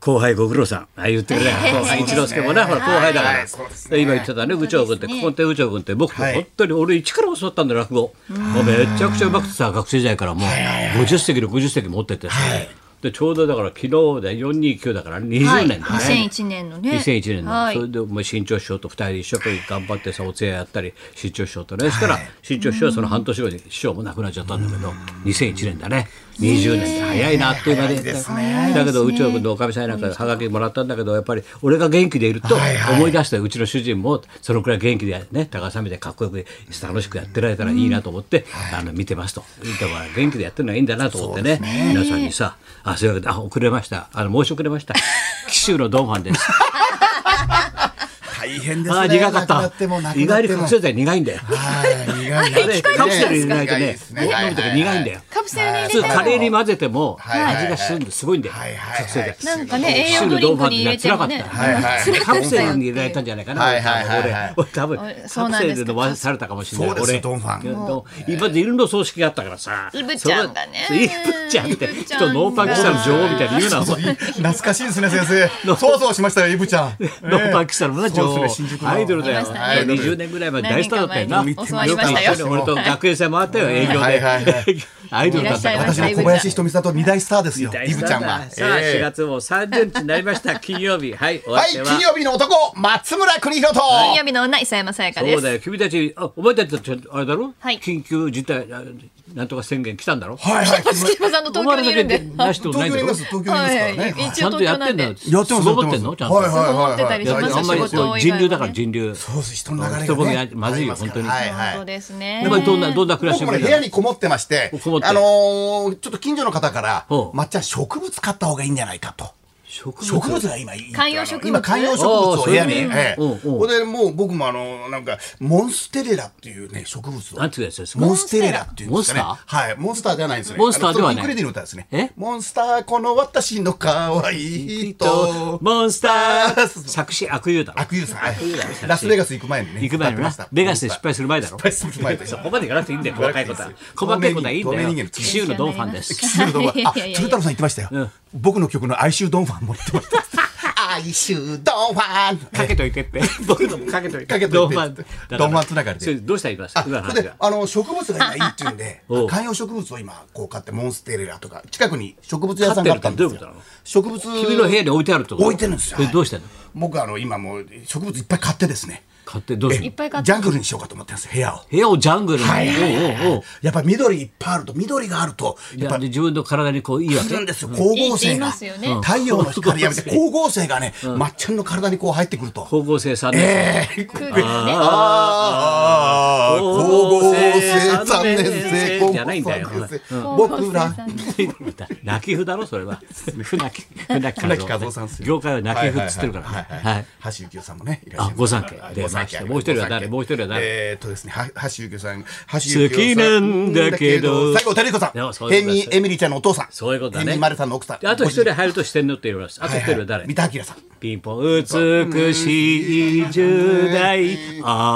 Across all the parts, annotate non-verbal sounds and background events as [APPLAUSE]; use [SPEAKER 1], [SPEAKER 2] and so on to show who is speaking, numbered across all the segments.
[SPEAKER 1] 後輩ご苦労さん。あ言ってく
[SPEAKER 2] [LAUGHS]
[SPEAKER 1] れない。後輩一之輔もな、ほら後輩だから。
[SPEAKER 2] はいそうですね
[SPEAKER 1] 今言ってたね、部長君って、
[SPEAKER 3] そう
[SPEAKER 1] 古
[SPEAKER 3] ですね
[SPEAKER 1] 今亭部長君って、僕、
[SPEAKER 2] はい
[SPEAKER 1] 本当に俺一から教わったんだよ、落語。もうめちゃくちゃうまくてさ、学生時代からもう、50席の50席持ってて。で、ちょうどだから昨日で429だから20年だね。
[SPEAKER 3] はい2001年のね
[SPEAKER 1] 2001年の。
[SPEAKER 3] はい
[SPEAKER 1] それで、お前新潮師匠と二人で一生懸命頑張ってさ、お通夜やったり、新潮師匠とね。したら、新潮師匠はその半年後に師匠も亡くなっちゃったんだけど、2001年だね。20年って早いなあっという間で。だけど、宇宙君のおかみさんなんかはがきもらったんだけど、やっぱり俺が元気でいると思い出して、うちの主人もそのくらい元気でね、高さめでかっこよく楽しくやってられたらいいなと思って、あの、見てますと。だから元気でやってるのはいいんだなと思ってね、皆さんにさ、あ、そういうわけで、あ、遅れました。あの、申し遅れま [LAUGHS] した。紀州のドンファンです。
[SPEAKER 2] 大変ですね。
[SPEAKER 1] ああ、苦かっ
[SPEAKER 2] なくな
[SPEAKER 1] た
[SPEAKER 2] ってもな。く
[SPEAKER 1] 意
[SPEAKER 2] なっ
[SPEAKER 1] 外
[SPEAKER 2] て
[SPEAKER 1] に
[SPEAKER 2] も
[SPEAKER 1] 覚醒剤苦いんだよ。
[SPEAKER 2] はい、苦いな。
[SPEAKER 1] ねカプセル入れないと
[SPEAKER 2] 苦い
[SPEAKER 1] ね
[SPEAKER 2] です、ね
[SPEAKER 1] 飲むとき苦いんだよ。
[SPEAKER 3] カプセルに
[SPEAKER 1] 普
[SPEAKER 3] 入れ
[SPEAKER 1] 通
[SPEAKER 3] た
[SPEAKER 1] カレーに混ぜても
[SPEAKER 2] はいはいはい
[SPEAKER 1] 味がするんですごいんだよ。
[SPEAKER 2] はいはいはい
[SPEAKER 1] 覚醒剤
[SPEAKER 3] なんかね栄
[SPEAKER 1] シ
[SPEAKER 3] 養
[SPEAKER 1] ー
[SPEAKER 3] ド
[SPEAKER 1] ル
[SPEAKER 3] リ
[SPEAKER 1] ドー
[SPEAKER 3] ン
[SPEAKER 1] ファ
[SPEAKER 3] ク
[SPEAKER 1] ン
[SPEAKER 3] に
[SPEAKER 1] に
[SPEAKER 3] 入
[SPEAKER 1] な
[SPEAKER 3] れ
[SPEAKER 1] つ
[SPEAKER 3] て
[SPEAKER 1] ら
[SPEAKER 3] も
[SPEAKER 1] かっ
[SPEAKER 3] ね
[SPEAKER 1] た。
[SPEAKER 2] はいはい
[SPEAKER 3] 辛
[SPEAKER 1] カ
[SPEAKER 3] か
[SPEAKER 1] プ
[SPEAKER 3] っ
[SPEAKER 1] セ
[SPEAKER 3] たよ
[SPEAKER 1] ル
[SPEAKER 3] って
[SPEAKER 1] に
[SPEAKER 3] い
[SPEAKER 1] 入れ
[SPEAKER 3] う
[SPEAKER 1] られたんじゃないかな。
[SPEAKER 2] はいはいはいは
[SPEAKER 1] 俺、
[SPEAKER 2] い
[SPEAKER 1] 俺多分
[SPEAKER 3] あそう
[SPEAKER 1] カ
[SPEAKER 3] なん
[SPEAKER 1] プ
[SPEAKER 3] です
[SPEAKER 1] セ
[SPEAKER 3] か
[SPEAKER 1] ルでされたかもしれない。
[SPEAKER 2] そうです
[SPEAKER 1] 俺、
[SPEAKER 2] ドンファン
[SPEAKER 1] けど今までいるの葬式があったからさ。
[SPEAKER 3] イブちゃんがね
[SPEAKER 1] それイブちゃんって、
[SPEAKER 3] イブちゃんが
[SPEAKER 1] 人ノーパン来たの女王みたいに言うな。お前
[SPEAKER 2] 懐かしいですね、先生。そうそうしましたよ、イブち
[SPEAKER 1] [LAUGHS]
[SPEAKER 2] ゃん。
[SPEAKER 1] ノーパン来たのな女
[SPEAKER 2] そう
[SPEAKER 1] 王
[SPEAKER 2] ですね新宿。の
[SPEAKER 1] アイドルだ
[SPEAKER 3] い
[SPEAKER 1] よ。
[SPEAKER 3] ましたね
[SPEAKER 1] 20年ぐらい前大スターだったよな。
[SPEAKER 3] 何年か前に教わりましたよ
[SPEAKER 1] 俺と学園祭回ったよ、営業
[SPEAKER 2] はいはいは
[SPEAKER 1] で。 [LAUGHS] アイドルだったから。
[SPEAKER 2] 私の小林ひとみさんと二大スターですよ、
[SPEAKER 1] 大
[SPEAKER 2] イ
[SPEAKER 1] ス
[SPEAKER 2] ブ
[SPEAKER 1] タ
[SPEAKER 2] ちゃ
[SPEAKER 1] ー
[SPEAKER 2] ん
[SPEAKER 1] だ
[SPEAKER 2] は。
[SPEAKER 1] さあ、
[SPEAKER 2] ええ
[SPEAKER 1] 4月も30日になりま
[SPEAKER 2] [LAUGHS]
[SPEAKER 1] した。金曜日。はい、お
[SPEAKER 2] はい、
[SPEAKER 1] 相手は。
[SPEAKER 2] 金曜日の男、松村邦弘と。
[SPEAKER 3] 金曜日の女磯山さやかで
[SPEAKER 1] そうだ
[SPEAKER 3] す
[SPEAKER 1] よ、君たち、あ、お前たちだってあれだろ
[SPEAKER 3] はい
[SPEAKER 1] 緊急事態、あなんとか宣言来たんだろ
[SPEAKER 2] はいはい、
[SPEAKER 3] 月島さんの東京にいるんで
[SPEAKER 1] お前らだけなしてもな
[SPEAKER 2] 東
[SPEAKER 1] いんだ
[SPEAKER 2] 京にいま
[SPEAKER 1] ろ
[SPEAKER 2] す、東京にいま
[SPEAKER 3] はい
[SPEAKER 2] すから
[SPEAKER 3] はい
[SPEAKER 2] ね。
[SPEAKER 3] 一
[SPEAKER 1] ちゃ
[SPEAKER 3] 応
[SPEAKER 1] んとや
[SPEAKER 3] 東
[SPEAKER 1] って
[SPEAKER 3] 京なんん
[SPEAKER 1] だよ。
[SPEAKER 3] で
[SPEAKER 2] やってま
[SPEAKER 1] す
[SPEAKER 2] す
[SPEAKER 1] ごまってんのちゃんと。
[SPEAKER 2] はいはい
[SPEAKER 3] 持ってたりし
[SPEAKER 1] だか
[SPEAKER 3] ます
[SPEAKER 1] らあんまり
[SPEAKER 3] 仕事
[SPEAKER 1] そう
[SPEAKER 3] を
[SPEAKER 1] 人流だから人流。
[SPEAKER 2] そうです、人の流れ
[SPEAKER 1] 人混み
[SPEAKER 2] が
[SPEAKER 1] が
[SPEAKER 2] ね。
[SPEAKER 1] まずいよ
[SPEAKER 2] ありすか
[SPEAKER 1] 本当
[SPEAKER 2] ら
[SPEAKER 1] に
[SPEAKER 2] はいは
[SPEAKER 3] 本当
[SPEAKER 2] い。
[SPEAKER 3] ですね
[SPEAKER 1] やっぱりどんな、どんな暮らし
[SPEAKER 2] 僕
[SPEAKER 1] をして
[SPEAKER 2] もね
[SPEAKER 1] る
[SPEAKER 2] 部屋にこもってまして、あ
[SPEAKER 1] こもって
[SPEAKER 2] のーちょっと近所の方から
[SPEAKER 1] ほ、う
[SPEAKER 2] 抹茶植物買った方がいいんじゃないかと。
[SPEAKER 1] 植
[SPEAKER 2] 植物が今いい
[SPEAKER 3] 観葉植物
[SPEAKER 2] 今観葉植物を部屋に
[SPEAKER 1] ああそういうの
[SPEAKER 2] ええ
[SPEAKER 1] うんうん
[SPEAKER 2] ここでもう僕もあのなんかモンステレラっていうね植物を
[SPEAKER 1] なんていうやつですか
[SPEAKER 2] モンステレラっていうんですかね
[SPEAKER 1] モンス
[SPEAKER 2] はいモンスターではないんですね
[SPEAKER 1] モンスターではない
[SPEAKER 2] あのピンクレディーの歌ですね
[SPEAKER 1] え
[SPEAKER 2] モンスターこの私の可愛い人
[SPEAKER 1] モンスター作詞悪友だろ。
[SPEAKER 2] 悪友さんはい
[SPEAKER 1] だね
[SPEAKER 2] ラスベガス行く前にね
[SPEAKER 1] 行く前にな
[SPEAKER 2] 歌ってました。
[SPEAKER 1] ベガスで失敗する前だろ。
[SPEAKER 2] 失敗する前で
[SPEAKER 1] そこまでいかなくていいんだよ、細かいことは。細かいことはいいんだ
[SPEAKER 2] 透明人間
[SPEAKER 1] よ
[SPEAKER 2] の。
[SPEAKER 1] 紀州のドンファンです。
[SPEAKER 2] 岸田の動画あ、
[SPEAKER 3] いやいやいや
[SPEAKER 2] 鶴太郎さん言ってましたよ。僕の曲の哀愁ドンファン持ってま
[SPEAKER 3] [LAUGHS]
[SPEAKER 2] した。哀愁ドンファン。
[SPEAKER 1] かけといて
[SPEAKER 2] [LAUGHS]
[SPEAKER 1] って。僕のもかけといて。
[SPEAKER 2] かけ
[SPEAKER 1] ド
[SPEAKER 2] と
[SPEAKER 1] ン
[SPEAKER 2] い
[SPEAKER 1] ファン
[SPEAKER 2] て
[SPEAKER 1] だ
[SPEAKER 2] って
[SPEAKER 1] から。
[SPEAKER 2] ドンファンつながりで
[SPEAKER 1] それどうしたらいいの
[SPEAKER 2] あ、
[SPEAKER 1] 今の
[SPEAKER 2] そ
[SPEAKER 1] 話
[SPEAKER 2] れで
[SPEAKER 1] は、
[SPEAKER 2] あの植物が今いいっていうんで
[SPEAKER 1] [LAUGHS] おう、
[SPEAKER 2] 観葉植物を今こう買ってモンステレラとか近くに植物屋さんがあったんです
[SPEAKER 1] 飼ってるってどういうこと
[SPEAKER 2] よ
[SPEAKER 1] なの。
[SPEAKER 2] 植物
[SPEAKER 1] 君の部屋に置いてあるってこと
[SPEAKER 2] 置いてるんですよ
[SPEAKER 1] それどうしてんの
[SPEAKER 2] 僕あの今もう植物いっぱい買ってですね。
[SPEAKER 1] 買ってどうする
[SPEAKER 3] いっぱい買って
[SPEAKER 2] ジャングルにしようかと思ってます部屋を。
[SPEAKER 1] 部屋をジャングルに。
[SPEAKER 2] はいはいは
[SPEAKER 1] おう
[SPEAKER 2] い
[SPEAKER 1] おうおう
[SPEAKER 2] やっぱ緑いっぱいあると緑があると
[SPEAKER 1] じ
[SPEAKER 2] やっ
[SPEAKER 1] ゃあ
[SPEAKER 2] ぱ
[SPEAKER 1] で自分の体にこういいわ
[SPEAKER 2] す
[SPEAKER 1] け
[SPEAKER 2] るんですよ光合
[SPEAKER 3] いいって言
[SPEAKER 2] 成
[SPEAKER 3] い
[SPEAKER 2] が
[SPEAKER 3] ますよね
[SPEAKER 2] 太陽の光やめて光合成がねまっちゃんの体にこう入ってくると
[SPEAKER 1] 光合成さんで
[SPEAKER 3] 空気がね
[SPEAKER 2] ああ、光合成三年生、
[SPEAKER 1] じゃないんだよ
[SPEAKER 2] 僕ら、
[SPEAKER 1] [LAUGHS] 泣き札ろそれ
[SPEAKER 2] [LAUGHS]
[SPEAKER 1] は [LAUGHS] 船木船木和夫さん
[SPEAKER 2] ですよ
[SPEAKER 1] 業界は泣き札っつってるから
[SPEAKER 2] はい
[SPEAKER 1] ね
[SPEAKER 2] はい
[SPEAKER 1] は
[SPEAKER 2] はいい。橋幸夫さんもね、いらっし
[SPEAKER 1] あ
[SPEAKER 2] ゃいます。
[SPEAKER 1] ご三家
[SPEAKER 2] はい
[SPEAKER 1] 出ました
[SPEAKER 2] ご三家
[SPEAKER 1] もう一人は誰
[SPEAKER 2] ご三家
[SPEAKER 1] もう一人は誰
[SPEAKER 2] えーっとですね、は橋幸夫さん、橋
[SPEAKER 1] 好きなんだけど
[SPEAKER 2] 最後、照子さ
[SPEAKER 1] いやそ
[SPEAKER 2] ん。
[SPEAKER 1] ういうこ
[SPEAKER 2] ヘ
[SPEAKER 1] とです
[SPEAKER 2] ミ、エミリちゃんのお父さん。
[SPEAKER 1] そういうことだ
[SPEAKER 2] ヘ
[SPEAKER 1] ね
[SPEAKER 2] ミマルさんの奥さん。
[SPEAKER 1] あと一人
[SPEAKER 2] は
[SPEAKER 1] 入ると四天王って言いますあと
[SPEAKER 2] い
[SPEAKER 1] 一人は誰
[SPEAKER 2] 三田明さん。
[SPEAKER 1] ピンポン美しい十代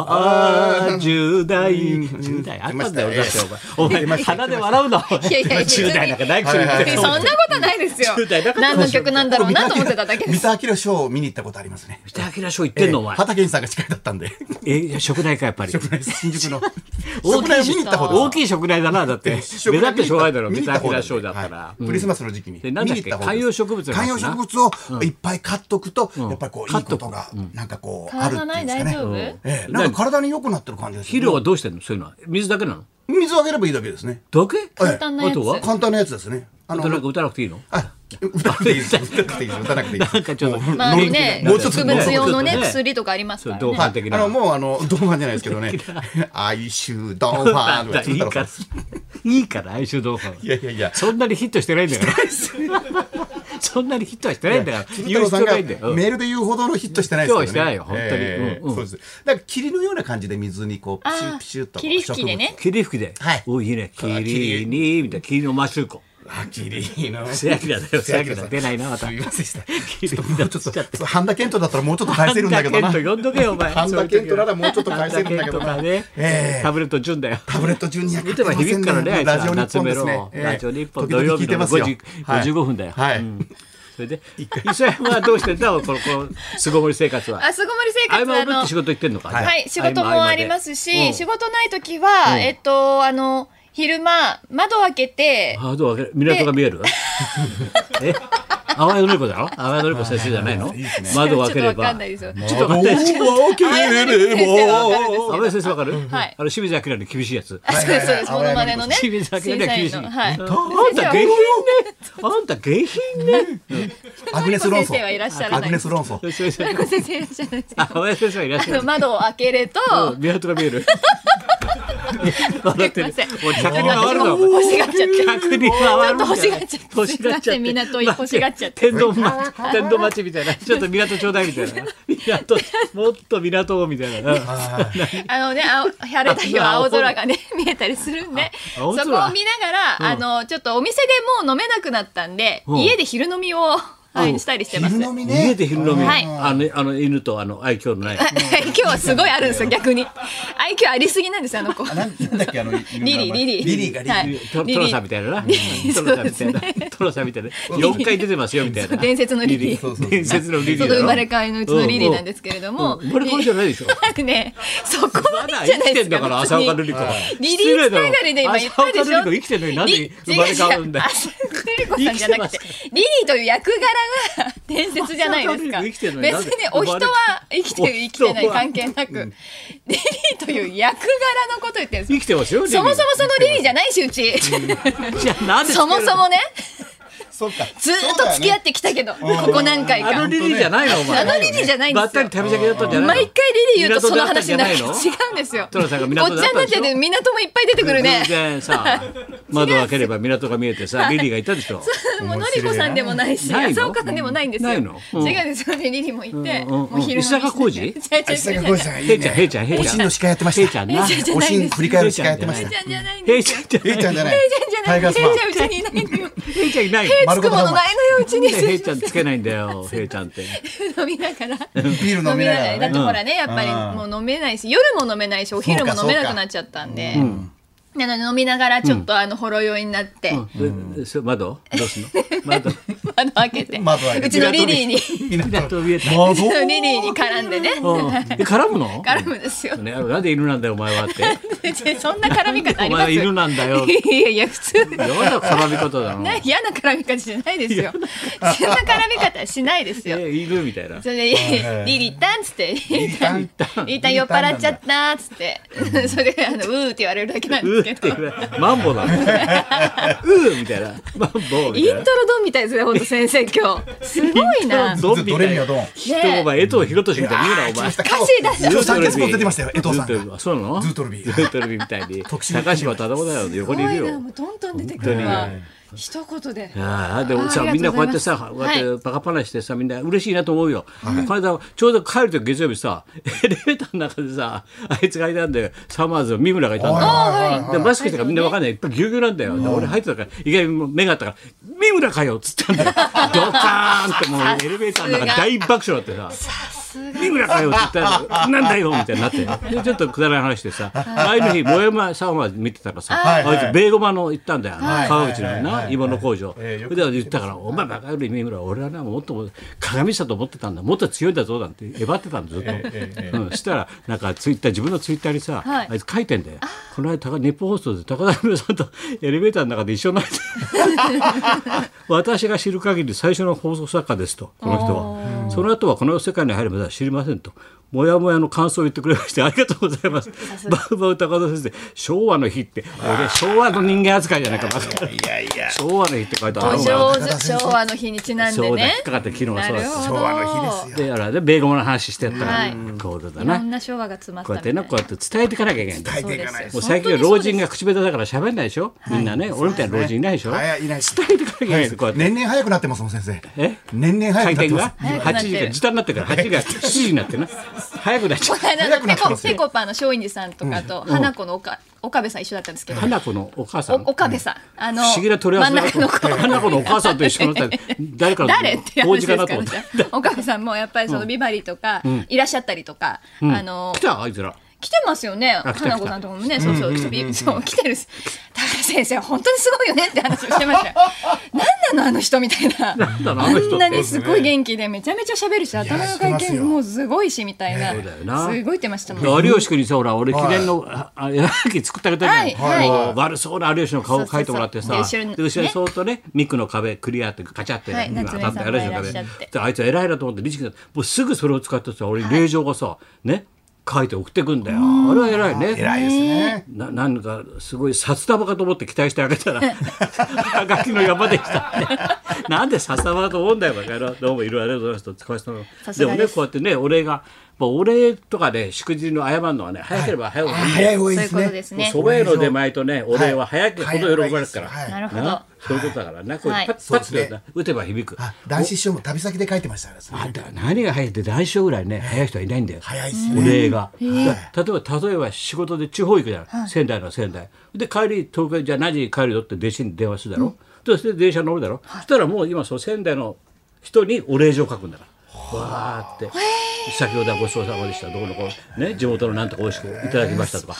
[SPEAKER 1] ああ十代十代あったんだよだ
[SPEAKER 2] 出ま
[SPEAKER 1] って
[SPEAKER 2] した
[SPEAKER 1] お前お前鼻で笑うの
[SPEAKER 3] やいやい
[SPEAKER 1] [LAUGHS]
[SPEAKER 3] や
[SPEAKER 1] 十代なんかないくせに言って
[SPEAKER 3] そんなことないで
[SPEAKER 1] [LAUGHS]
[SPEAKER 3] すよ
[SPEAKER 1] 10代なかった
[SPEAKER 3] 何の曲なんだろうなと思ってただけで
[SPEAKER 1] [LAUGHS]
[SPEAKER 2] 三
[SPEAKER 3] す
[SPEAKER 2] 田明ショーを見に行ったことありますね。
[SPEAKER 1] 北明賞行ってんのお前
[SPEAKER 2] 畑健さんが司会だったんで、
[SPEAKER 1] えいや食代かやっぱり
[SPEAKER 2] 新宿の。
[SPEAKER 1] 大
[SPEAKER 2] そこら
[SPEAKER 1] きい
[SPEAKER 2] 辺見に行ったこと
[SPEAKER 1] 大きい食材だなだって目立ってしょうがないだろ
[SPEAKER 2] 見
[SPEAKER 1] 三
[SPEAKER 2] に行っ
[SPEAKER 1] 田
[SPEAKER 2] た方が
[SPEAKER 1] 平賞だったら
[SPEAKER 2] は、いクリスマスの時期に
[SPEAKER 1] でなんだっけ
[SPEAKER 2] 見に行た方が
[SPEAKER 1] 観葉植物の話な
[SPEAKER 2] 観葉植物をいっぱい買っとくと、やっぱりこういいことがなんかこうあるっ
[SPEAKER 3] 体
[SPEAKER 2] てい
[SPEAKER 3] ない
[SPEAKER 2] うんで
[SPEAKER 3] 大
[SPEAKER 2] すか
[SPEAKER 3] 丈
[SPEAKER 2] ね
[SPEAKER 3] 夫
[SPEAKER 2] ええなんか体に良くなってる感じです
[SPEAKER 1] 肥料はどうしてんのそういうのは水だけなの
[SPEAKER 2] 水をあげればいいだけですね
[SPEAKER 1] だけ
[SPEAKER 3] 簡単なやつ
[SPEAKER 1] あとは
[SPEAKER 2] 簡単なやつですねあ
[SPEAKER 1] 打たなく打たなくていいの
[SPEAKER 2] あ打たなくていいです打たなくていいです打たなくていいで
[SPEAKER 1] [LAUGHS]
[SPEAKER 2] す
[SPEAKER 1] なんかちょっと
[SPEAKER 2] もう
[SPEAKER 3] まあね
[SPEAKER 2] もうちょっと
[SPEAKER 3] 植物用の
[SPEAKER 1] も
[SPEAKER 3] ね
[SPEAKER 1] うちょっとね
[SPEAKER 3] 薬とかありますから
[SPEAKER 1] そうどう
[SPEAKER 3] ね
[SPEAKER 1] 般的な
[SPEAKER 2] はいあのもうあのドンファンじゃないですけ
[SPEAKER 1] [LAUGHS]
[SPEAKER 2] どね哀愁ドンファンとか
[SPEAKER 1] いい
[SPEAKER 2] 鶴太
[SPEAKER 1] か
[SPEAKER 2] 郎
[SPEAKER 1] ら
[SPEAKER 2] さ
[SPEAKER 1] いいから相性どうか
[SPEAKER 2] んいやいやいや
[SPEAKER 1] そんなにヒットしてないんだから [LAUGHS] そんなにヒットはしてないんだから
[SPEAKER 2] 鶴太
[SPEAKER 1] 言う
[SPEAKER 2] 郎
[SPEAKER 1] 必
[SPEAKER 2] さ
[SPEAKER 1] 要
[SPEAKER 2] んが
[SPEAKER 1] ないんだ
[SPEAKER 2] メ
[SPEAKER 1] ようん
[SPEAKER 2] ールで言うほどのヒットしてないですから
[SPEAKER 1] 今日はしてな
[SPEAKER 2] ね。
[SPEAKER 1] いよ本当に
[SPEAKER 2] ええ
[SPEAKER 1] うんうん
[SPEAKER 2] そうです。なんか霧のような感じで水にこうピシュ
[SPEAKER 3] あ
[SPEAKER 2] ッ
[SPEAKER 3] あ
[SPEAKER 2] ピシュッと。
[SPEAKER 3] 霧吹きでね。
[SPEAKER 1] 霧吹きで
[SPEAKER 2] はい
[SPEAKER 1] おいいね
[SPEAKER 2] 霧
[SPEAKER 1] 霧にみたいな霧のマシューコ
[SPEAKER 2] あ、霧の。
[SPEAKER 1] せやきらだよせやきら
[SPEAKER 2] [LAUGHS] さん
[SPEAKER 1] 出ないなまた
[SPEAKER 2] すみませんでした。
[SPEAKER 1] 霧
[SPEAKER 2] ちょ
[SPEAKER 1] に
[SPEAKER 2] っと
[SPEAKER 1] なっ
[SPEAKER 2] もうちょっ
[SPEAKER 1] ち
[SPEAKER 2] と
[SPEAKER 1] ゃって
[SPEAKER 2] そう半田健人だったらもうちょっと返せるんだけど
[SPEAKER 1] 半
[SPEAKER 2] な。
[SPEAKER 1] 田健人呼んどけよお前
[SPEAKER 2] 半田健人ならもうちょっと返せるんだけど
[SPEAKER 1] 半田健人が
[SPEAKER 2] な。
[SPEAKER 1] ね
[SPEAKER 2] ええ
[SPEAKER 1] タブレット順だよ
[SPEAKER 2] タブレットジュニア買
[SPEAKER 1] 打
[SPEAKER 2] って
[SPEAKER 1] ば
[SPEAKER 2] ませんね
[SPEAKER 1] 響くからねあいつは
[SPEAKER 2] ラジオ日
[SPEAKER 1] 夏
[SPEAKER 2] 本
[SPEAKER 1] メ
[SPEAKER 2] です
[SPEAKER 1] ロ
[SPEAKER 2] ね。ええ
[SPEAKER 1] ラジオ日本
[SPEAKER 2] 時
[SPEAKER 1] 土
[SPEAKER 2] 々
[SPEAKER 1] 曜
[SPEAKER 2] 聞
[SPEAKER 1] 日
[SPEAKER 2] いて
[SPEAKER 1] の
[SPEAKER 2] ますよ
[SPEAKER 1] 5時
[SPEAKER 2] はい
[SPEAKER 1] 55分だよ
[SPEAKER 2] はい。
[SPEAKER 1] それで磯山はどうしてんだこのこの巣ごもり生活は
[SPEAKER 3] あ、巣ごもり生
[SPEAKER 1] 合
[SPEAKER 3] 活
[SPEAKER 1] 間
[SPEAKER 3] は
[SPEAKER 1] を縫っ
[SPEAKER 3] あの
[SPEAKER 1] て仕、事行ってんのかじゃ
[SPEAKER 3] はい、仕事もありますし、
[SPEAKER 1] 事
[SPEAKER 3] 仕事ない時は、
[SPEAKER 1] うん
[SPEAKER 3] えっと、あの、昼間、窓開けて、
[SPEAKER 1] あどう開ける港が見える [LAUGHS] え淡谷のり子だろ淡谷のり子先生じゃないの窓を開ければ
[SPEAKER 3] [LAUGHS] ちょっとわかんないですよ
[SPEAKER 1] ちょっとわかんない
[SPEAKER 2] け
[SPEAKER 3] [LAUGHS]
[SPEAKER 1] 淡谷先生わかるあの清水明の厳しいやつ
[SPEAKER 3] あ、そうです、そうです、モノマネのね。
[SPEAKER 1] 清水明には厳しい
[SPEAKER 3] 審査員のはい。
[SPEAKER 1] あんた下品ねあんた下品ね
[SPEAKER 2] アグネス論
[SPEAKER 3] 先生はい
[SPEAKER 2] 争。
[SPEAKER 3] らっしゃらな
[SPEAKER 2] アグ
[SPEAKER 3] い
[SPEAKER 2] ネ
[SPEAKER 3] で
[SPEAKER 2] ス
[SPEAKER 3] す。
[SPEAKER 2] 論争。
[SPEAKER 1] 先生
[SPEAKER 3] ご先生いらっしゃらないです。
[SPEAKER 1] あ淡谷先生はいらっ
[SPEAKER 3] あ
[SPEAKER 1] しゃ
[SPEAKER 3] の
[SPEAKER 1] る
[SPEAKER 3] 窓を開けると、
[SPEAKER 1] うん港が見え
[SPEAKER 3] [LAUGHS]
[SPEAKER 1] る笑ってる
[SPEAKER 3] すいません
[SPEAKER 1] 俺客に回るなお前
[SPEAKER 3] 欲しがっちゃって。
[SPEAKER 1] 客に回るんだよ
[SPEAKER 3] ちょっと欲しがっち
[SPEAKER 1] [LAUGHS]
[SPEAKER 3] ゃって
[SPEAKER 1] 欲しがっちゃって
[SPEAKER 3] すいません港欲しがっちゃって
[SPEAKER 1] 天丼町
[SPEAKER 3] [LAUGHS]
[SPEAKER 1] 天丼町みたいな [LAUGHS] ちょっと港ちょうだいみたいな港もっと港をみたいなうん
[SPEAKER 3] あのね、あお晴れた日は青空がね、見えたりするんで、
[SPEAKER 1] あ
[SPEAKER 3] そこ
[SPEAKER 1] 青
[SPEAKER 3] を
[SPEAKER 1] 空
[SPEAKER 3] 見ながら、
[SPEAKER 1] うん
[SPEAKER 3] あの、ちょっとお店でもう飲めなくなったんで、
[SPEAKER 1] うん
[SPEAKER 3] 家で昼飲みを、は
[SPEAKER 1] う
[SPEAKER 3] い、
[SPEAKER 1] ん
[SPEAKER 3] したりしてます。
[SPEAKER 2] 昼
[SPEAKER 3] 今 [LAUGHS]
[SPEAKER 2] 飲みね。
[SPEAKER 1] 家で昼飲み
[SPEAKER 3] はい
[SPEAKER 1] あのあの犬とあの愛嬌のない
[SPEAKER 3] 日はすごいあるんですよ、
[SPEAKER 1] [LAUGHS]
[SPEAKER 3] 逆に。愛嬌ありすぎなんですよ、あの子。
[SPEAKER 2] なんなんだっけあのリ
[SPEAKER 3] リリー、リリー。
[SPEAKER 2] リリーがリリー。
[SPEAKER 3] はい
[SPEAKER 1] ト
[SPEAKER 3] リ
[SPEAKER 1] トロ
[SPEAKER 3] リ
[SPEAKER 1] さん
[SPEAKER 3] ー
[SPEAKER 1] みたいなな [LAUGHS] トロさんみたいなトロさんみたいな4回出てますよみたいな
[SPEAKER 3] 伝説のリリー。
[SPEAKER 2] そうそう
[SPEAKER 1] 伝説のリリー
[SPEAKER 3] そ
[SPEAKER 1] だ
[SPEAKER 3] の
[SPEAKER 1] ろ
[SPEAKER 3] 生まれ変わりのうちのリリーなんですけれども。
[SPEAKER 1] うん生まれ変わりじゃないでしょ
[SPEAKER 3] なんで [LAUGHS] ね、そこ
[SPEAKER 1] ま
[SPEAKER 3] ま
[SPEAKER 1] だ
[SPEAKER 3] でじ
[SPEAKER 1] 生
[SPEAKER 3] ゃな
[SPEAKER 1] き
[SPEAKER 3] いで
[SPEAKER 1] て
[SPEAKER 3] す
[SPEAKER 1] ん
[SPEAKER 3] か。
[SPEAKER 1] だから
[SPEAKER 3] 別
[SPEAKER 1] 朝
[SPEAKER 3] に
[SPEAKER 1] 岡瑠璃子は
[SPEAKER 3] リリーつながりで今言ったでしょ
[SPEAKER 1] 朝岡瑠璃子生きてるのになんで生まれ変わるんだよ
[SPEAKER 3] 朝岡瑠璃子さんじゃなくて
[SPEAKER 1] 生
[SPEAKER 3] リリーという役柄が伝説じゃないです
[SPEAKER 1] 朝岡瑠
[SPEAKER 3] か
[SPEAKER 1] 璃子生きて
[SPEAKER 3] 別
[SPEAKER 1] るのになんで
[SPEAKER 3] にお人は生きてる生きてない関係なく、リリーという役柄のこと言ってるん
[SPEAKER 1] 生
[SPEAKER 3] です
[SPEAKER 1] きてますよ
[SPEAKER 3] よそもそもそのリリーじゃないしうち [LAUGHS]
[SPEAKER 1] じゃあなんで
[SPEAKER 3] そもそもね
[SPEAKER 2] そうか。
[SPEAKER 3] ずーっと付き合ってききたけど、ここ何回
[SPEAKER 1] あ
[SPEAKER 3] か
[SPEAKER 1] のリリーじゃないのお前
[SPEAKER 3] あのリリーじゃないんで
[SPEAKER 1] ば
[SPEAKER 3] すよ
[SPEAKER 1] ったり旅先だったんじゃないの
[SPEAKER 3] 毎回リリー言うとその話になる違
[SPEAKER 1] 港
[SPEAKER 3] うん
[SPEAKER 1] だったんじゃ
[SPEAKER 3] ですよ
[SPEAKER 1] トラさんが港だ
[SPEAKER 3] おっ
[SPEAKER 1] っ
[SPEAKER 3] ちゃん
[SPEAKER 1] た
[SPEAKER 3] だ
[SPEAKER 1] ん
[SPEAKER 3] っ
[SPEAKER 1] でしょ
[SPEAKER 3] て港もいっぱい出てくるね
[SPEAKER 1] 全然
[SPEAKER 3] [LAUGHS]
[SPEAKER 1] さ窓を開ければ港が見えてさリリーがいたでしょ
[SPEAKER 3] もうのりこさんでもないし、
[SPEAKER 1] ないの
[SPEAKER 3] 朝岡くんでもないんですよ。
[SPEAKER 1] な
[SPEAKER 3] 違
[SPEAKER 1] いうのうん
[SPEAKER 3] んですよね、リリもいて、
[SPEAKER 1] うんうん
[SPEAKER 3] もう昼飲みして
[SPEAKER 1] 石坂浩二
[SPEAKER 3] 違う違う違う違う。
[SPEAKER 2] さん
[SPEAKER 1] へいちゃんへいちゃんへ
[SPEAKER 2] お
[SPEAKER 1] い
[SPEAKER 2] し
[SPEAKER 1] ちゃ
[SPEAKER 2] ん
[SPEAKER 1] ん
[SPEAKER 2] の
[SPEAKER 1] へ
[SPEAKER 2] 司会やってまし
[SPEAKER 1] いちゃ
[SPEAKER 2] た
[SPEAKER 1] ん。な
[SPEAKER 3] へいちゃん
[SPEAKER 2] おしん振り返る司会やってまし
[SPEAKER 3] じ
[SPEAKER 2] た。
[SPEAKER 3] ゃんじゃないん
[SPEAKER 1] へい
[SPEAKER 3] です
[SPEAKER 1] ちゃ
[SPEAKER 3] よ。
[SPEAKER 1] んじゃ
[SPEAKER 2] えいちゃんじゃない。
[SPEAKER 3] へ
[SPEAKER 2] タイガー
[SPEAKER 3] い
[SPEAKER 2] ス
[SPEAKER 3] ち
[SPEAKER 2] マ
[SPEAKER 3] ゃ
[SPEAKER 2] ン
[SPEAKER 3] んうちにいないのよ。
[SPEAKER 1] へいちゃんいないの
[SPEAKER 3] 手つくものないのよ、うちに。
[SPEAKER 1] へいちゃんつけないんだよへいちゃんって
[SPEAKER 3] 飲みながら。
[SPEAKER 2] ビール飲みなが
[SPEAKER 3] だ
[SPEAKER 2] らね
[SPEAKER 3] って。ほらね、やっぱ
[SPEAKER 2] うん
[SPEAKER 3] りもう飲めないし、夜も飲めないし、お昼も飲めなくなっちゃったんで。なので飲みながらちょっとあのほろ酔いになって、
[SPEAKER 1] でそ窓どうすんの窓
[SPEAKER 3] 窓開けて
[SPEAKER 2] 窓開けて
[SPEAKER 3] うちのリリーに、うち
[SPEAKER 1] 港見えた
[SPEAKER 3] の [LAUGHS] リリーに絡んでね、
[SPEAKER 1] うんえ絡むの
[SPEAKER 3] 絡むんですよ。 [LAUGHS]
[SPEAKER 1] ね、あのなんで犬なんだよお前はって
[SPEAKER 3] そんな絡み方あ
[SPEAKER 1] お
[SPEAKER 3] りま
[SPEAKER 1] 前は
[SPEAKER 3] す
[SPEAKER 1] 犬なんだよ
[SPEAKER 3] いやいやいや普通
[SPEAKER 1] どんな絡み方だの
[SPEAKER 3] な嫌な絡み方じゃないですよ。そんな絡み方はしないですよ。
[SPEAKER 1] え犬みたいな
[SPEAKER 3] それで
[SPEAKER 2] はい
[SPEAKER 3] リリータンっつって、リリ
[SPEAKER 2] タン
[SPEAKER 3] ータン酔っ払っちゃったっつって、 [LAUGHS] それであのうーって言われるだけな
[SPEAKER 1] う
[SPEAKER 3] ん
[SPEAKER 1] ー
[SPEAKER 3] で
[SPEAKER 1] っ
[SPEAKER 3] すけ
[SPEAKER 1] て
[SPEAKER 3] ど。
[SPEAKER 1] 言われマンボだもんうーみたいなマンボみ
[SPEAKER 3] イン
[SPEAKER 1] たい
[SPEAKER 3] トロ
[SPEAKER 1] な
[SPEAKER 3] ドンみたいですね、本当先生今
[SPEAKER 1] [LAUGHS]
[SPEAKER 3] 日。すごいな。歌
[SPEAKER 1] ドンみたいな
[SPEAKER 2] ドレミはドン
[SPEAKER 1] 人お前江藤博俊みたいに言うなお前
[SPEAKER 3] 詞出し
[SPEAKER 2] 今日三月も出てましたよ江藤さん
[SPEAKER 1] ずっと
[SPEAKER 2] が。
[SPEAKER 1] あそうなの
[SPEAKER 2] ずっとルビー
[SPEAKER 1] ずっとルビーみたいに高
[SPEAKER 2] [LAUGHS] 特集
[SPEAKER 1] 島忠夫だよ横
[SPEAKER 3] す
[SPEAKER 1] にい
[SPEAKER 3] ご
[SPEAKER 1] る
[SPEAKER 3] い
[SPEAKER 1] よ
[SPEAKER 3] な、もうどんどん出てくるわ
[SPEAKER 1] 本。
[SPEAKER 3] 一言で。
[SPEAKER 1] ああでも
[SPEAKER 3] あ
[SPEAKER 1] さ
[SPEAKER 3] ーあ
[SPEAKER 1] み
[SPEAKER 3] り
[SPEAKER 1] ん
[SPEAKER 3] が
[SPEAKER 1] な
[SPEAKER 3] と
[SPEAKER 1] こ
[SPEAKER 3] う
[SPEAKER 1] う
[SPEAKER 3] ございます
[SPEAKER 1] やってさこうやって
[SPEAKER 3] は
[SPEAKER 1] バカ話してさみんな嬉しいなと思うよ、この間ちょうど帰る時月曜日さ [LAUGHS] エレベーターの中でさあいつがいたんだよサマーズの三村がいたんだよ
[SPEAKER 2] はい
[SPEAKER 1] でマスクしてからみんなわかんないいっぱいぎゅうぎゅうなんだよ、で俺入ってたから意外にもう目があったから「三村かよ」っつったんだよドカーンってもうエレベーターの中大爆笑だってさ「三村かよ」って言ったら「なんだよ」みたいになってでちょっとくだらない話してさ前の日萌山サマーズ見てたらさ
[SPEAKER 2] はいはい
[SPEAKER 1] あいつベーゴマの行ったんだよ、
[SPEAKER 2] い
[SPEAKER 1] 川口の
[SPEAKER 2] はいはい
[SPEAKER 1] な
[SPEAKER 2] はい
[SPEAKER 1] 芋の工場、
[SPEAKER 2] ええよ
[SPEAKER 1] そ
[SPEAKER 2] く
[SPEAKER 1] れで言ったから「お前バカより三村俺はなもっとも鏡さと思ってたんだもっと強いんだぞ」なんてえばってたんだずっと、
[SPEAKER 2] ええ
[SPEAKER 1] うん、そしたらなんかツイッター自分のツイッターにさ、
[SPEAKER 3] はい
[SPEAKER 1] あいつ書いてんだよこの間高日本放送で高田文夫さんと [LAUGHS] エレベーターの中で一緒
[SPEAKER 2] [LAUGHS]
[SPEAKER 1] になって私が知る限り最初の放送作家ですとこの人はその後はこの世界に入るまでは知りませんと。もやもやの感想を言ってくれましてありがとうございます。バウバウ高田先生、昭和の日って、俺昭和の人間扱いじゃないか、まず
[SPEAKER 2] いやいや。
[SPEAKER 1] 昭和の日って書いてあ
[SPEAKER 3] お
[SPEAKER 1] るわ
[SPEAKER 3] 上手昭和の日にちなんで
[SPEAKER 1] そうだ
[SPEAKER 3] ね
[SPEAKER 1] 引っ。かかって昨日は
[SPEAKER 3] な
[SPEAKER 1] そうだっ
[SPEAKER 3] る
[SPEAKER 1] た
[SPEAKER 3] ほど。
[SPEAKER 2] 昭和の日ですよ
[SPEAKER 1] で、あれで米語の話してやった
[SPEAKER 3] は
[SPEAKER 1] ら
[SPEAKER 3] い、
[SPEAKER 1] こうだ
[SPEAKER 3] いろ
[SPEAKER 1] な。
[SPEAKER 3] んな昭和が詰まっ
[SPEAKER 1] こうや
[SPEAKER 3] た
[SPEAKER 1] っ
[SPEAKER 3] みた
[SPEAKER 1] て
[SPEAKER 3] い
[SPEAKER 1] ね
[SPEAKER 3] な。
[SPEAKER 1] こうやって伝えていかなきゃいけないんだ
[SPEAKER 2] 書い
[SPEAKER 3] そう
[SPEAKER 2] てい
[SPEAKER 3] で
[SPEAKER 2] かない
[SPEAKER 3] す
[SPEAKER 1] も
[SPEAKER 2] と
[SPEAKER 1] う最近は老人が口下手だから喋んないでしょ、みんなね、俺みたいな老人いないでしょ、
[SPEAKER 2] はいいないです
[SPEAKER 1] 伝えていかなきゃいけないんですこうやって、
[SPEAKER 2] 年々早くなってますもん先生。
[SPEAKER 1] え
[SPEAKER 2] 年々
[SPEAKER 1] 回
[SPEAKER 2] 早くなっ
[SPEAKER 1] 転が
[SPEAKER 2] てます。
[SPEAKER 3] 早くな
[SPEAKER 1] 8
[SPEAKER 3] って
[SPEAKER 1] 時から
[SPEAKER 3] る
[SPEAKER 1] 時短になってから8時から7時になってな早くなっちゃう
[SPEAKER 3] この間
[SPEAKER 2] 早くなって
[SPEAKER 3] の
[SPEAKER 1] [LAUGHS]
[SPEAKER 2] ますよ
[SPEAKER 3] ペコペコパの松陰寺さんとかと花子の岡岡部さん一緒だったんですけど、
[SPEAKER 1] 花子のお母さ
[SPEAKER 3] お
[SPEAKER 1] ん不
[SPEAKER 3] 岡部さんあの
[SPEAKER 1] 思議な取り合わ
[SPEAKER 3] 真ん
[SPEAKER 1] せ
[SPEAKER 3] 中
[SPEAKER 1] だ
[SPEAKER 3] の
[SPEAKER 1] と
[SPEAKER 3] 子
[SPEAKER 1] 花子のお母さんと一緒になったら誰かの
[SPEAKER 3] [LAUGHS] 誰っていう
[SPEAKER 1] 王
[SPEAKER 3] 話
[SPEAKER 1] 子
[SPEAKER 3] で
[SPEAKER 1] か [LAUGHS] な
[SPEAKER 3] すか
[SPEAKER 1] と
[SPEAKER 3] ら
[SPEAKER 1] 思って
[SPEAKER 3] じゃあ岡部さんもやっぱりそのビバリーとかいらっしゃったりとか、あの
[SPEAKER 1] 来たあいつら
[SPEAKER 3] 来てますよね
[SPEAKER 1] あ来た
[SPEAKER 3] 花子さんとかもねそうそう来てそう来てるし高橋先生本当にすごいよねって話をしてました
[SPEAKER 1] [LAUGHS]
[SPEAKER 3] よ何なのあの人みたいな
[SPEAKER 1] なんだろう
[SPEAKER 3] あ
[SPEAKER 1] あの人って
[SPEAKER 3] んなにすごい元気でめちゃめちゃ喋るし頭の回
[SPEAKER 2] 知ってます
[SPEAKER 3] 転
[SPEAKER 2] よ
[SPEAKER 3] もうすごいしみたいな
[SPEAKER 1] そうだよな
[SPEAKER 3] すごい言ってましたもん
[SPEAKER 1] で有吉君にさほら俺記念のああ絵はがき作ってあげたじゃん、
[SPEAKER 3] はいはい
[SPEAKER 1] もう悪そうな有吉の顔を描いてもらってさ
[SPEAKER 3] そうそうそうで
[SPEAKER 1] で後
[SPEAKER 3] 後
[SPEAKER 1] ろ
[SPEAKER 3] ろ
[SPEAKER 1] に
[SPEAKER 3] に
[SPEAKER 1] そーっとねミクの壁クリアってカチャって、
[SPEAKER 3] はい
[SPEAKER 1] 今
[SPEAKER 3] 夏
[SPEAKER 1] 当
[SPEAKER 3] 目
[SPEAKER 1] た
[SPEAKER 3] さん
[SPEAKER 1] って
[SPEAKER 3] も
[SPEAKER 1] あれでしょ
[SPEAKER 3] いらっしゃ
[SPEAKER 1] 壁
[SPEAKER 3] って
[SPEAKER 1] であいつ偉いなと思って律貴さんもうすぐそれを使ってさ俺に令状がさ、ね書いて送ってくんだよあれは偉いね
[SPEAKER 2] 偉いですね。
[SPEAKER 1] ななんかすごい札束かと思って期待してあげたらはがきの山でしたなんで札束かと思うんだよバカ野郎どうもいろいろありがとうございますと使わせてもらいます
[SPEAKER 3] さす
[SPEAKER 1] で
[SPEAKER 3] が
[SPEAKER 1] も
[SPEAKER 3] で
[SPEAKER 1] ね
[SPEAKER 3] す
[SPEAKER 1] こうやってねお礼がやっぱお礼とかね祝辞の謝るのはね早ければ早い方がいい、
[SPEAKER 2] 早い方がいい
[SPEAKER 3] そういう
[SPEAKER 2] です
[SPEAKER 3] こと
[SPEAKER 2] ね
[SPEAKER 3] で。すね
[SPEAKER 1] そばへの出前とねお礼は早くほど喜ばれるから、
[SPEAKER 2] はい
[SPEAKER 3] なるほど
[SPEAKER 1] なそういうことだからね、こう
[SPEAKER 3] はい
[SPEAKER 1] パッ
[SPEAKER 2] そ
[SPEAKER 1] パ
[SPEAKER 2] うで
[SPEAKER 1] ッ
[SPEAKER 2] す
[SPEAKER 1] と、
[SPEAKER 2] ね
[SPEAKER 1] 打てば響く
[SPEAKER 2] あ男子師匠も旅先で書いてましたからそれ
[SPEAKER 1] あんた何が早いって来週ぐらいね早い人はいないんだよ
[SPEAKER 2] 早いっす
[SPEAKER 1] お
[SPEAKER 2] ね。
[SPEAKER 1] 礼が、だから例えば例えば仕事で地方行くじゃない、仙台の仙台で帰り東京じゃあ何時に帰るよって弟子に電話するだろ、でそれで電車乗るだろ、そしたらもう今その仙台の人にお礼状書くんだからわーって先ほどはごちそうさまでしたどこのこうね地元のなんとか美味しくいただきましたとか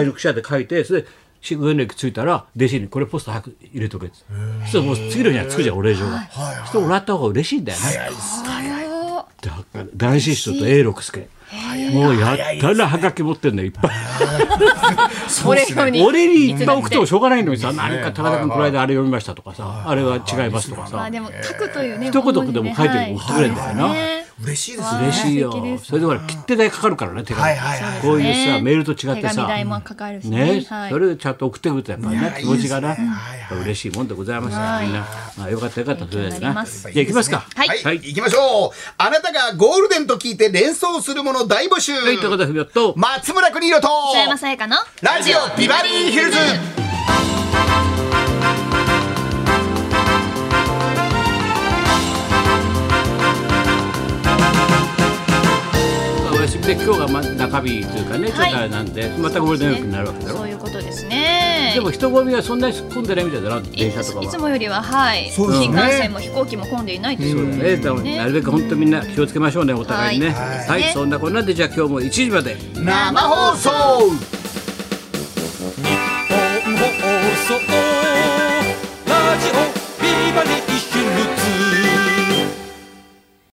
[SPEAKER 1] 帰り記者で書いてそれで上野駅着いたら弟子にこれポスト早く入れとけってそしたらもう次の日には着くじゃんお礼状が、そしてもらった方が嬉しいんだよね、
[SPEAKER 3] あ
[SPEAKER 1] だから大師匠と永六輔もうやったらはがき持ってんのいっぱ
[SPEAKER 3] ー俺のよう
[SPEAKER 1] い
[SPEAKER 3] に
[SPEAKER 1] 俺にいっぱい送ってもしょうがないのにさ何か高田君この間あれ読みましたとかさあれは違いますとか
[SPEAKER 3] まあ
[SPEAKER 1] さ
[SPEAKER 3] でも書くというね
[SPEAKER 1] 一言でも書い
[SPEAKER 3] は
[SPEAKER 1] て送ってくれるんだよな
[SPEAKER 3] ね
[SPEAKER 2] 嬉しいですね
[SPEAKER 1] 嬉。しい
[SPEAKER 3] 素敵
[SPEAKER 1] よ
[SPEAKER 3] です
[SPEAKER 1] それでほら切手代かかるからね手
[SPEAKER 2] はい
[SPEAKER 1] 紙
[SPEAKER 2] はいはい。
[SPEAKER 1] こういうさメールと違って
[SPEAKER 3] 手
[SPEAKER 1] さ
[SPEAKER 3] 紙代もかかるし
[SPEAKER 1] ね
[SPEAKER 3] ねはい
[SPEAKER 1] それをちゃんと送ってくるとやっぱりね気持ちがな
[SPEAKER 2] はいは
[SPEAKER 1] 嬉しいもんでございますよ
[SPEAKER 3] はい
[SPEAKER 1] みんなまあよかったよかったそれで
[SPEAKER 3] 勉強になり
[SPEAKER 1] な
[SPEAKER 3] ま
[SPEAKER 1] じ
[SPEAKER 3] す
[SPEAKER 1] ゃあ行きますか
[SPEAKER 3] はい
[SPEAKER 1] は
[SPEAKER 2] はいい、行きましょう。あなたがゴールデンと聞いて連想するもの大募集。
[SPEAKER 1] はいということでふみおと
[SPEAKER 2] 松村邦洋と。
[SPEAKER 3] 磯山さやかの
[SPEAKER 2] ラジオビバリーヒルズ。
[SPEAKER 1] お休みで今日がま中日というかねちょっとあれなんでまたゴールデンウィークになるわけだろ
[SPEAKER 3] そういうことですね
[SPEAKER 1] でも人混みはそんなに混んでないみたいだな、電車とか
[SPEAKER 3] いつ
[SPEAKER 1] は。
[SPEAKER 3] もよりははい、
[SPEAKER 2] そうです
[SPEAKER 3] 新
[SPEAKER 2] ね
[SPEAKER 3] 幹線も飛行機も混んでいないという
[SPEAKER 1] そうだね、だから
[SPEAKER 3] ね
[SPEAKER 1] なるべく本当みんな気をつけましょうね、お互いにね。
[SPEAKER 3] はい
[SPEAKER 1] は、
[SPEAKER 3] はいい
[SPEAKER 1] そんなこんなで、じゃあ今日も1時まで。
[SPEAKER 2] 生放送。
[SPEAKER 4] 放送